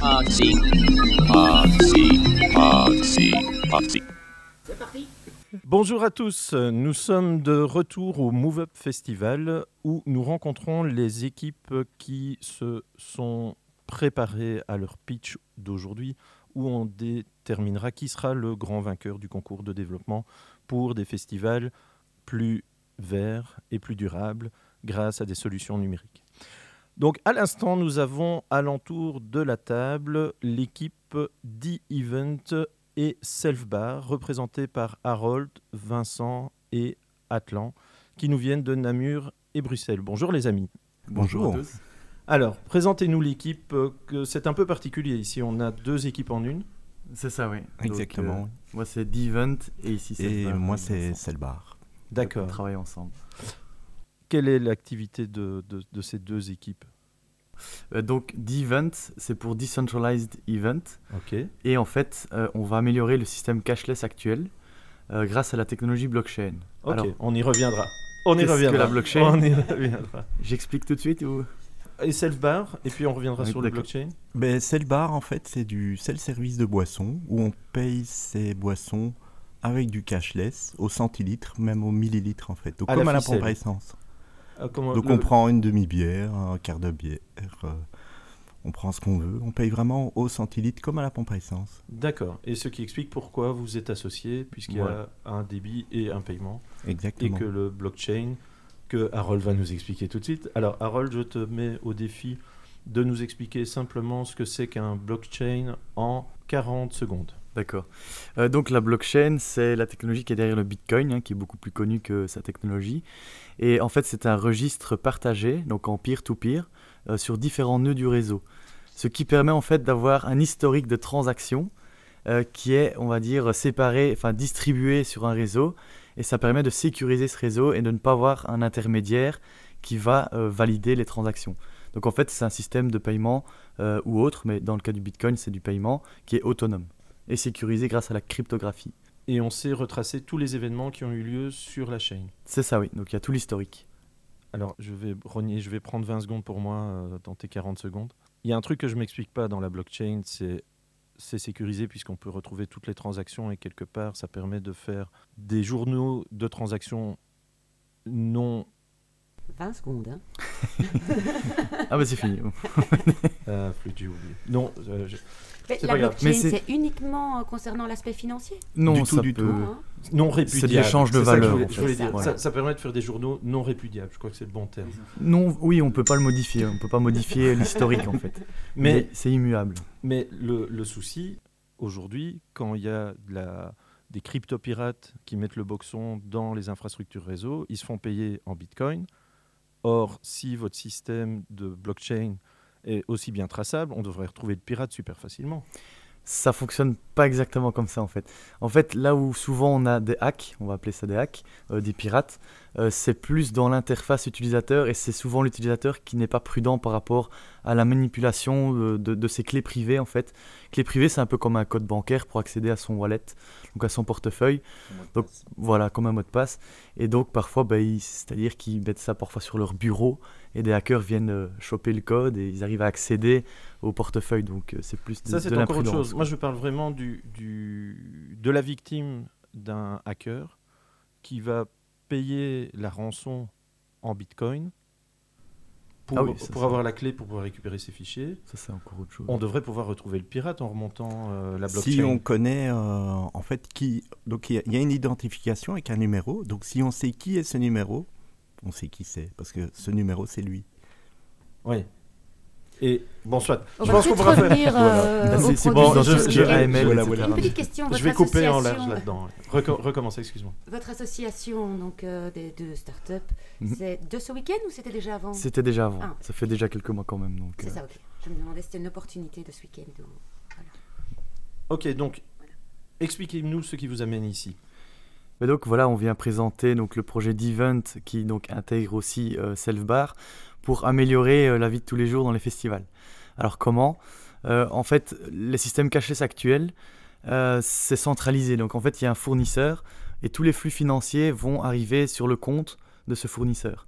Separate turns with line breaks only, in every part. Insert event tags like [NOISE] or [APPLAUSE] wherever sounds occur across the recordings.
Podsy. Podsy. Podsy. Podsy.
Bonjour à tous, nous sommes de retour au Move Up Festival où nous rencontrons les équipes qui se sont préparées à leur pitch d'aujourd'hui où on déterminera qui sera le grand vainqueur du concours de développement pour des festivals plus verts et plus durables grâce à des solutions numériques. Donc à l'instant, nous avons alentour de la table l'équipe d'e-event et Selfbar, représentée par Harold, Vincent et Atlan, qui nous viennent de Namur et Bruxelles. Bonjour les amis.
Bonjour.
Alors, présentez-nous l'équipe. euh, que C'est un peu particulier ici, on a deux équipes en une.
C'est ça, oui.
euh,
euh,
Exactement.
moi, c'est Devent et ici, c'est
Et
Fab,
moi,
donc,
c'est
ensemble.
Selbar.
On
D'accord.
travaille ensemble.
Quelle est l'activité de, de- de ces deux équipes
Euh, donc, Devent, c'est pour Decentralized Event.
Ok.
Et en fait, euh, on va améliorer le système cashless actuel euh, grâce à la technologie blockchain.
Ok,
Alors,
on y reviendra. On y
qu'est-ce que
reviendra.
la blockchain
On y reviendra.
j'explique tout de suite ou...
Et Selfbar, et puis on reviendra
Oui,
sur le
d'accord.
blockchain.
Ben, Selbar, en fait, c'est du self-service de boissons où on paye ses boissons avec du cashless au centilitre, même au millilitre, en fait. Donc,
À la
comme à la
ficelle.
pompe à essence.
Ah, comment-
Donc,
le-
on prend une demi-bière, un quart de bière, euh, on prend ce qu'on veut. On paye vraiment au centilitre, comme à la pompe à essence.
D'accord. Et ce qui explique pourquoi vous êtes associés, puisqu'il y a
Voilà.
un débit et un paiement, et
Exactement.
que le blockchain, que Harold va nous expliquer tout de suite. Alors, Harold, je te mets au défi de nous expliquer simplement ce que c'est qu'un blockchain en 40 secondes.
D'accord. Euh, donc la blockchain, c'est la technologie qui est derrière le Bitcoin, hein, qui est beaucoup plus connue que sa technologie. Et en fait, c'est un registre partagé, donc en peer-to-peer, euh, sur différents nœuds du réseau. Ce qui permet en fait d'avoir un historique de transactions euh, qui est, on va dire, séparé, enfin distribué sur un réseau. Et ça permet de sécuriser ce réseau et de ne pas avoir un intermédiaire qui va euh, valider les transactions. Donc en fait, c'est un système de paiement euh, ou autre, mais dans le cas du Bitcoin, c'est du paiement qui est autonome et sécurisé grâce à la cryptographie.
Et on sait retracer tous les événements qui ont eu lieu sur la chaîne.
C'est ça, oui. Donc il y a tout l'historique.
Alors, je vais rogner, je vais prendre 20 secondes pour moi euh, dans tes 40 secondes. Il y a un truc que je m'explique pas dans la blockchain, c'est c'est sécurisé puisqu'on peut retrouver toutes les transactions et quelque part ça permet de faire des journaux de transactions non
20 secondes. Hein.
Ah bah c'est
[LAUGHS]
fini.
euh, flûte, j'ai oublié. Non, euh, je-
Mais
C'est
la
pas grave.
blockchain,
Mais c'est-
c'est uniquement euh, concernant l'aspect financier.
Non,
Du tout,
ça
du
peut-
Euh.
tout.
hein.
non
C'est
répudiable.
de l'échange de
C'est ça que je
valeurs.
voulais-
en
je
fait.
voulais dire.
Voilà.
Ça, ça permet de faire des journaux non répudiables. Je crois que c'est le bon terme.
Non, oui, on peut pas le modifier. On peut pas
[LAUGHS]
modifier l'historique en fait.
Mais
Mais c'est immuable.
Mais le, le souci, aujourd'hui, quand il y a de la- des crypto-pirates qui mettent le boxon dans les infrastructures réseau, ils se font payer en bitcoin. Or, si votre système de blockchain est aussi bien traçable, on devrait retrouver le pirate super facilement.
Ça fonctionne pas exactement comme ça en fait. En fait, là où souvent on a des hacks, on va appeler ça des hacks, euh, des pirates, euh, c'est plus dans l'interface utilisateur et c'est souvent l'utilisateur qui n'est pas prudent par rapport à la manipulation euh, de, de ses clés privées en fait. Clés privées, c'est un peu comme un code bancaire pour accéder à son wallet, donc à son portefeuille. Donc voilà, comme un mot de passe. Et donc parfois, bah, ils- c'est-à-dire qu'ils mettent ça parfois sur leur bureau et des hackers viennent euh, choper le code et ils arrivent à accéder au portefeuille. Donc euh, c'est plus de,
Ça, c'est
de
encore autre
l'imprudence,
chose.
quoi.
Moi, je parle vraiment du, du- de la victime d'un hacker qui va payer la rançon en bitcoin pour,
Ah oui, ça,
pour
ça.
avoir la clé pour pouvoir récupérer ses fichiers.
Ça, c'est encore autre chose.
On devrait pouvoir retrouver le pirate en remontant euh, la blockchain.
Si on connaît, euh, en fait, qui. Donc, il y a- il y, a une identification avec un numéro. Donc, si on sait qui est ce numéro, on sait qui c'est. Parce que ce numéro, c'est lui.
Oui. Et bon, soit.
On
je
va
pense qu'on
peut-être
pourra faire. [LAUGHS]
revenir euh,
Là,
au
Bah, c'est c'est
produit
plus dans tout
de-
ce qui est
de-
AML,
Voilà,
etc.
Une petite question. Votre
Je vais couper en large
association,
là-dedans. Reco- recommencer, excuse-moi.
Votre association donc, euh, des deux startups,
Mm-hmm.
Mhm.
c'est de ce week-end ou c'était déjà avant
C'était déjà avant.
Ah.
Ça fait déjà quelques mois quand même. Donc,
C'est
euh,
ça, ok. Je me demandais si c'était une opportunité de ce week-end. ou-
Ok, donc expliquez-nous ce qui vous amène ici.
Mais donc voilà, on vient présenter donc le projet d'Event qui donc intègre aussi euh, Selfbar pour améliorer euh, la vie de tous les jours dans les festivals. Alors comment Euh, En fait, les systèmes cashless actuels, euh, c'est centralisé. Donc en fait, il y a un fournisseur et tous les flux financiers vont arriver sur le compte de ce fournisseur.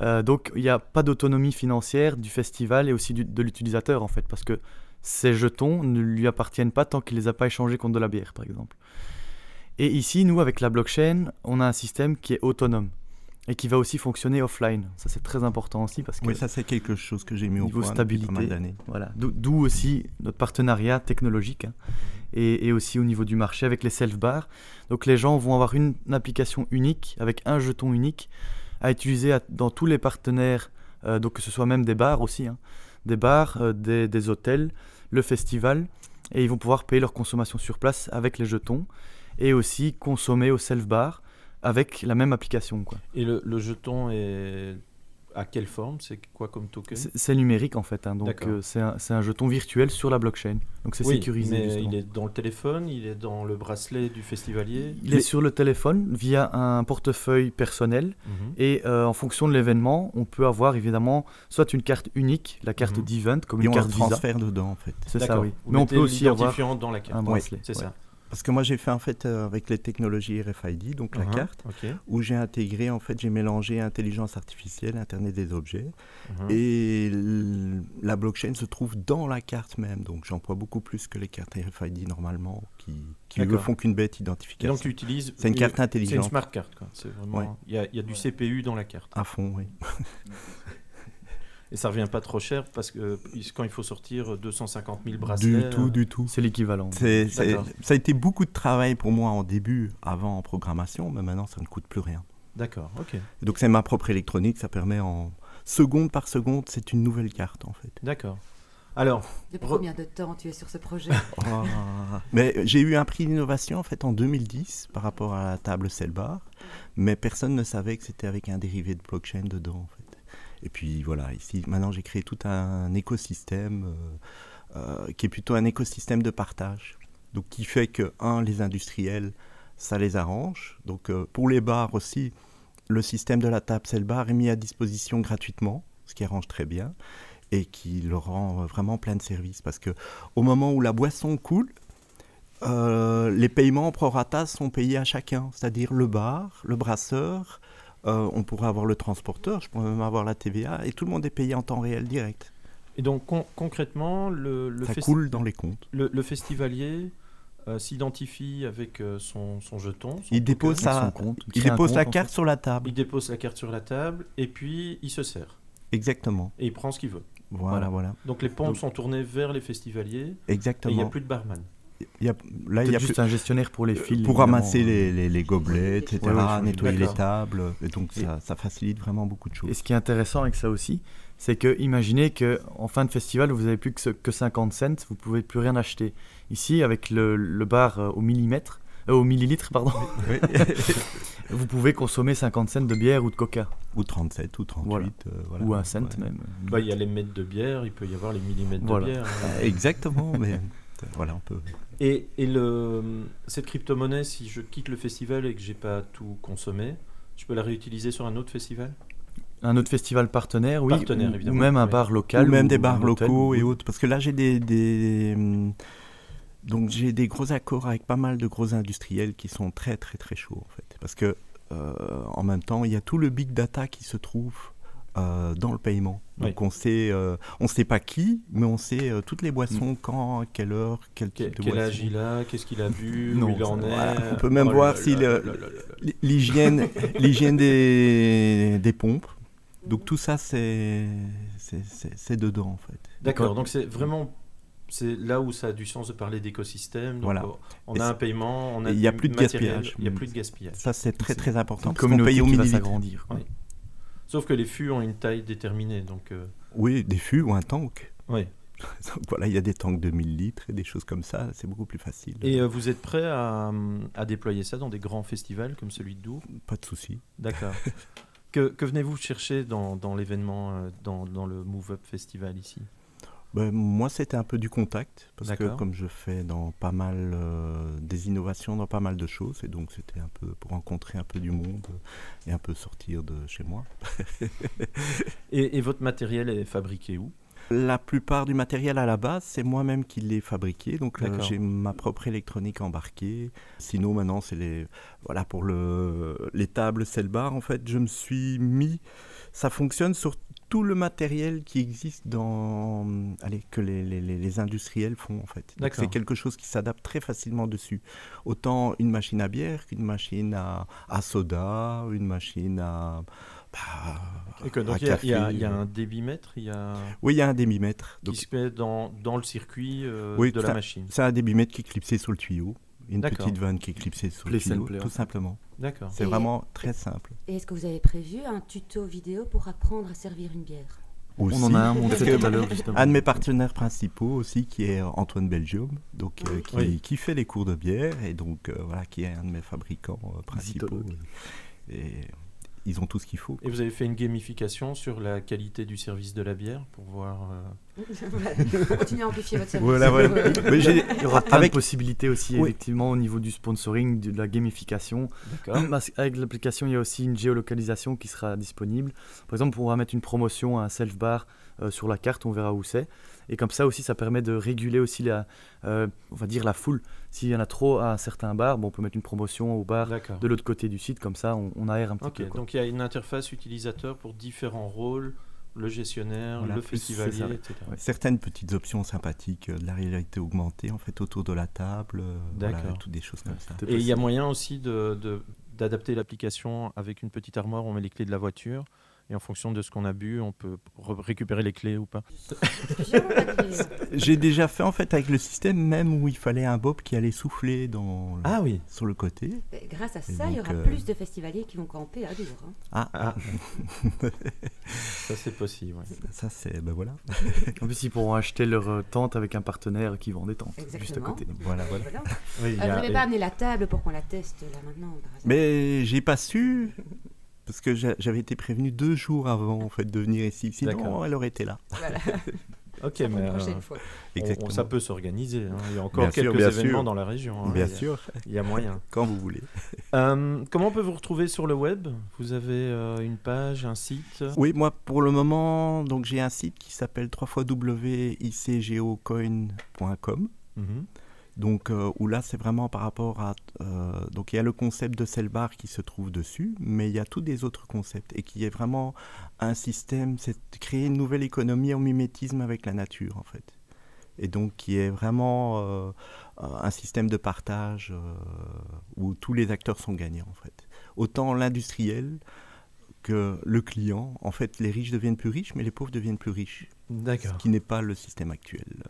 Euh, donc il n'y a pas d'autonomie financière du festival et aussi du- de l'utilisateur en fait, parce que ces jetons ne lui appartiennent pas tant qu'il les a pas échangés contre de la bière par exemple. Et ici, nous, avec la blockchain, on a un système qui est autonome et qui va aussi fonctionner offline. Ça, c'est très important aussi parce que
Oui, ça c'est quelque chose que j'ai mis au
Niveau
point depuis pas mal
stabilité.
d'années.
voilà, d'o- d'où aussi notre partenariat technologique hein, et, et aussi au niveau du marché avec les self-bars. Donc les gens vont avoir une application unique avec un jeton unique à utiliser à- dans tous les partenaires, euh, donc que ce soit même des bars aussi, hein, des bars, euh, des, des hôtels, le festival, et ils vont pouvoir payer leur consommation sur place avec les jetons et aussi consommer au self-bar avec la même application. quoi.
Et le, le jeton est à quelle forme C'est quoi comme token
C'est c'est numérique en fait, hein, donc
D'accord.
euh, c'est un, c'est un jeton virtuel sur la blockchain, donc c'est
Oui,
sécurisé.
mais
justement.
il est dans le téléphone, il est dans le bracelet du festivalier.
Il est sur le téléphone via un portefeuille personnel
Mhm.
et euh, en fonction de l'événement, on peut avoir évidemment soit une carte unique, la carte
Mhm.
d'event comme
Et
une
on
carte Visa.
transfère dedans en fait.
C'est ça,
D'accord.
oui.
Vous
Mais on
mettez
peut aussi avoir
l'identifiant dans la carte.
un bracelet.
C'est
ouais.
ça.
Parce que moi j'ai fait en fait euh, avec les technologies RFID, donc la
Mhm.
carte,
Ok.
où j'ai intégré en fait, j'ai mélangé intelligence artificielle, Internet des objets,
Mhm.
et l- la blockchain se trouve dans la carte même. Donc j'emploie beaucoup plus que les cartes RFID normalement, qui, qui ne
D'accord.
font qu'une bête
Et
identification.
donc tu utilises.
C'est une carte
C'est une
intelligente
smart card. quoi. C'est vraiment.
Ouais.
Il y a, il y a du CPU dans la carte.
Ah.
à fond, oui.
Et ça revient pas trop cher parce que euh, il- quand il faut sortir 250 000 bracelets.
Du tout,
euh,
du tout.
C'est l'équivalent.
C'est- c'est-
D'accord.
ça a été beaucoup de travail pour moi en début, avant en programmation, mais maintenant ça ne coûte plus rien.
D'accord. Ok.
Et donc c'est ma propre électronique, ça permet en seconde par seconde, c'est une nouvelle carte en fait.
D'accord. Alors,
Depuis
Re-
combien de temps tu es sur ce projet
[LAUGHS] Mais j'ai eu un prix d'innovation en fait en 2010 par rapport à la table Selbar, mais personne ne savait que c'était avec un dérivé de blockchain dedans en fait. Et puis voilà, ici maintenant j'ai créé tout un écosystème euh, euh, qui est plutôt un écosystème de partage. Donc qui fait que un les industriels ça les arrange. Donc euh, pour les bars aussi le système de la table Selbar est mis à disposition gratuitement, ce qui arrange très bien et qui leur rend euh, vraiment plein de services parce que au moment où la boisson coule, euh, les paiements pro rata sont payés à chacun, c'est-à-dire le bar, le brasseur, euh, on pourrait avoir le transporteur, je pourrais même avoir la TVA, et tout le monde est payé en temps réel direct.
et donc con- concrètement, le, le
Ça
festi-
coule dans les comptes.
le- le festivalier euh, s'identifie avec euh, son, son jeton. son
Il dépose
token.
sa-
Son compte,
Il
crée un
dépose la
compte, en
carte sur la table.
Il dépose la carte sur la table et puis il se sert
Exactement.
et il prend ce qu'il veut.
Voilà, voilà.
Donc les pompes
Donc-
sont tournées vers les festivaliers et il n'y a
Exactement.
plus de barman.
Il y a- là,
fait.
il y a
Peut-être juste
plus-
un gestionnaire pour les fils.
euh, pour ramasser
évidemment. hein.
les, les- les gobelets, etc.,
Ouais, ouais, je suis-
nettoyer les
d'accord.
tables. Et donc,
Et-
ça, ça facilite vraiment beaucoup de
Et
choses.
ce qui est intéressant avec ça aussi, c'est que imaginez que en fin de festival, vous avez plus que, ce- que 50 cents, vous pouvez plus rien acheter. Ici, avec le, le bar euh, au millimètre, euh, au millilitre, pardon, [LAUGHS] vous pouvez consommer 50 cents de bière ou de coca,
Ou 37, ou 38.
Voilà.
euh, voilà.
ou un cent
Ouais.
même.
Bah, il y a les mètres de bière, il peut y avoir les millimètres
Voilà.
de bière.
Euh, Exactement, mais euh, voilà, on peut.
Et, et le, cette crypto-monnaie, si je quitte le festival et que j'ai pas tout consommé, je peux la réutiliser sur un autre festival
Un autre festival partenaire, oui,
Partenaire,
ou- ou
évidemment,
même un
oui.
bar
Ou
local,
même
ou
des
un
bars
hôtel,
locaux et
ou-
autres. Parce que là, j'ai des, des- hum, donc j'ai des gros accords avec pas mal de gros industriels qui sont très très très chauds en fait. Parce que euh, en même temps, il y a tout le big data qui se trouve euh, dans le paiement. Donc on sait, euh, on sait pas qui, mais on sait euh, toutes les
Mm.
boissons, quand, à quelle heure, quel
Que-
type de
Quel âge
boisson.
il a Qu'est-ce qu'il a bu
Non,
Où il
ça-
en est
voilà, on peut même voir
là
si
là
le-
là là là là.
L- L'hygiène,
[LAUGHS]
l'hygiène des, des pompes. Donc tout ça, c'est c'est- c'est c'est dedans en fait.
D'accord, donc c'est vraiment. C'est là où ça a du sens de parler d'écosystème. Donc,
Voilà.
On
Et
a un
c'est-
paiement, on a
et il y a
du
plus de
matériel,
gaspillage.
Il n'y a plus de gaspillage.
Ça, c'est très
C'est-
très important.
Une
Parce qu'on paye
communauté
au
qui va
millilitre.
s'agrandir. quoi.
Ouais. Sauf que les fûts ont une taille déterminée. Donc, euh,
Oui, des fûts ou un tank.
ouais.
[LAUGHS] Donc voilà, il y a des tanks de 1000 litres et des choses comme ça, c'est beaucoup plus facile.
Et euh, vous êtes prêt à, hum, à déployer ça dans des grands festivals comme celui de Dour
Pas de souci.
[LAUGHS] D'accord. que que venez-vous chercher dans, dans l'événement, euh, dans, dans le Move Up Festival ici
Ben, moi, c'était un peu du contact, parce que
D'accord.
comme je fais dans pas mal euh, des innovations, dans pas mal de choses, et donc c'était un peu pour rencontrer un peu du monde et un peu sortir de chez moi.
et, et votre matériel est fabriqué où
La plupart du matériel à la base, c'est moi-même qui l'ai fabriqué. Donc euh,
D'accord.
j'ai ma propre électronique embarquée. Sinon, maintenant, c'est les. Voilà, pour le, les tables, c'est le bar. En fait, je me suis mis. Ça fonctionne sur tout le matériel qui existe dans. Allez, que les, les- les- les industriels font, en fait. Donc,
D'accord.
C'est quelque chose qui s'adapte très facilement dessus. Autant une machine à bière qu'une machine à, à soda, une machine à. bah,
Et que,
à
donc il y, a- il y a-
café,
il y a
euh.
un débitmètre il y a...
Oui, il y a un démimètre. Donc,
qui se met dans, dans le circuit euh,
Oui,
de la
ça-
machine.
C'est un débitmètre qui est clipsé sur le tuyau. Une
D'accord.
petite vanne qui est clipsée sur
Play
le tuyau,
and play, en
tout
fait.
simplement.
D'accord.
C'est
Et-
vraiment très simple.
Et est-ce que vous avez prévu un tuto vidéo pour apprendre à servir une bière
On
Aussi,
en a un
parce
monté
que
tout à l'heure, justement.
un de mes partenaires principaux aussi, qui est Antoine Belgium, donc, euh, qui,
Oui.
qui fait les cours de bière et donc euh, voilà, qui est un de mes fabricants euh, principaux.
Visitologue.
Et ils ont tout ce qu'il faut.
Et vous avez fait une gamification sur la qualité du service de la bière pour voir. euh,
Voilà. Continuez à amplifier votre service.
Voilà, voilà. Mais j'ai-
[LAUGHS] Il y aura plein
Avec-
de possibilités aussi,
Oui.
effectivement, au niveau du sponsoring, de la gamification. Parce que Avec l'application, il y a aussi une géolocalisation qui sera disponible. Par exemple, on va mettre une promotion à un self-bar euh, sur la carte, on verra où c'est. Et comme ça aussi, ça permet de réguler aussi la, euh, on va dire la foule. S'il y en a trop à un certain bar, bon, on peut mettre une promotion au bar
Ah, D'accord.
de l'autre côté du site, comme ça on, on aère un petit
Ok,
peu. quoi.
donc il y a une interface utilisateur pour différents rôles, le gestionnaire,
Voilà,
le
plus c'est ça,
festivalier,
ouais.
etc.
Ouais.
Certaines petites options sympathiques, euh, de la réalité augmentée en fait autour de la table, euh, voilà,
D'accord.
toutes des choses comme ça.
C'était
Et il y a
possible.
moyen aussi de- de- d'adapter l'application avec une petite armoire, on met les clés de la voiture. Et en fonction de ce qu'on a bu, on peut re- récupérer les clés ou pas.
Bien, on va dire.
J'ai déjà fait en fait avec le système même où il fallait un bob qui allait souffler dans le-
Ah oui.
sur le côté.
Et Grâce à
Et
ça, il y
donc,
aura
euh,
plus de festivaliers qui vont camper à Dour. hein.
Ah,
Ah. Ça c'est possible. ouais.
ça c'est ben voilà.
En plus, ils pourront acheter leur euh, tente avec un partenaire qui vend des tentes, juste à
Exactement.
côté.
Voilà, voilà.
Voilà.
Oui, il y
Euh,
a-
vous n'avez pas amené la table pour qu'on la teste là maintenant par hasard
Mais j'ai pas su parce que j'a- j'avais été prévenu deux jours avant en fait de venir ici. Sinon
D'accord.
elle aurait été là.
Voilà,
Ok,
pour
mais
une
euh,
prochaine fois.
on- on-
Exactement.
ça peut s'organiser. hein. Il y a encore
Bien sûr,
quelques
bien
événements
sûr.
dans la région. hein.
Bien
Il y a-
sûr,
Il y a moyen.
quand vous voulez.
Euh, comment on peut vous retrouver sur le web Vous avez euh, une page, un site
Oui, moi pour le moment, donc j'ai un site qui s'appelle www.icgeocoin.com.
Mhm.
Donc, euh, où là, c'est vraiment par rapport à. euh, donc, il y a le concept de cell bar qui se trouve dessus, mais il y a tous des autres concepts et qui est vraiment un système, c'est de créer une nouvelle économie en mimétisme avec la nature, en fait. Et donc, qui est vraiment euh, un système de partage euh, où tous les acteurs sont gagnants, en fait. Autant l'industriel que le client. En fait, les riches deviennent plus riches, mais les pauvres deviennent plus riches, ce
D'accord.
qui n'est pas le système actuel.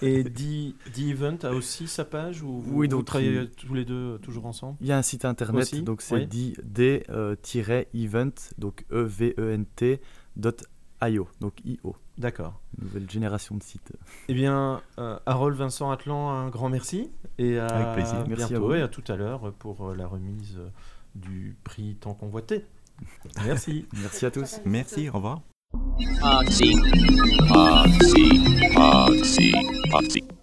Et The, The Event a aussi sa page ou vous,
Oui,
vous
donc,
travaillez
il-
tous les deux euh, toujours ensemble
Il y a un site internet,
Aussi,
donc
oui.
c'est E d-event, donc E e-v-e-n-t dot io, donc io,
D'accord.
nouvelle génération de sites.
Eh bien, euh, Harold Vincent Atlan, un grand merci. Et à
Avec plaisir.
bientôt
Merci à vous.
et à tout à l'heure pour euh, la remise euh, du prix tant
[LAUGHS]
convoité. Merci.
Merci à tous.
Merci, au revoir.
Podsy. Podsy. Podsy. Podsy.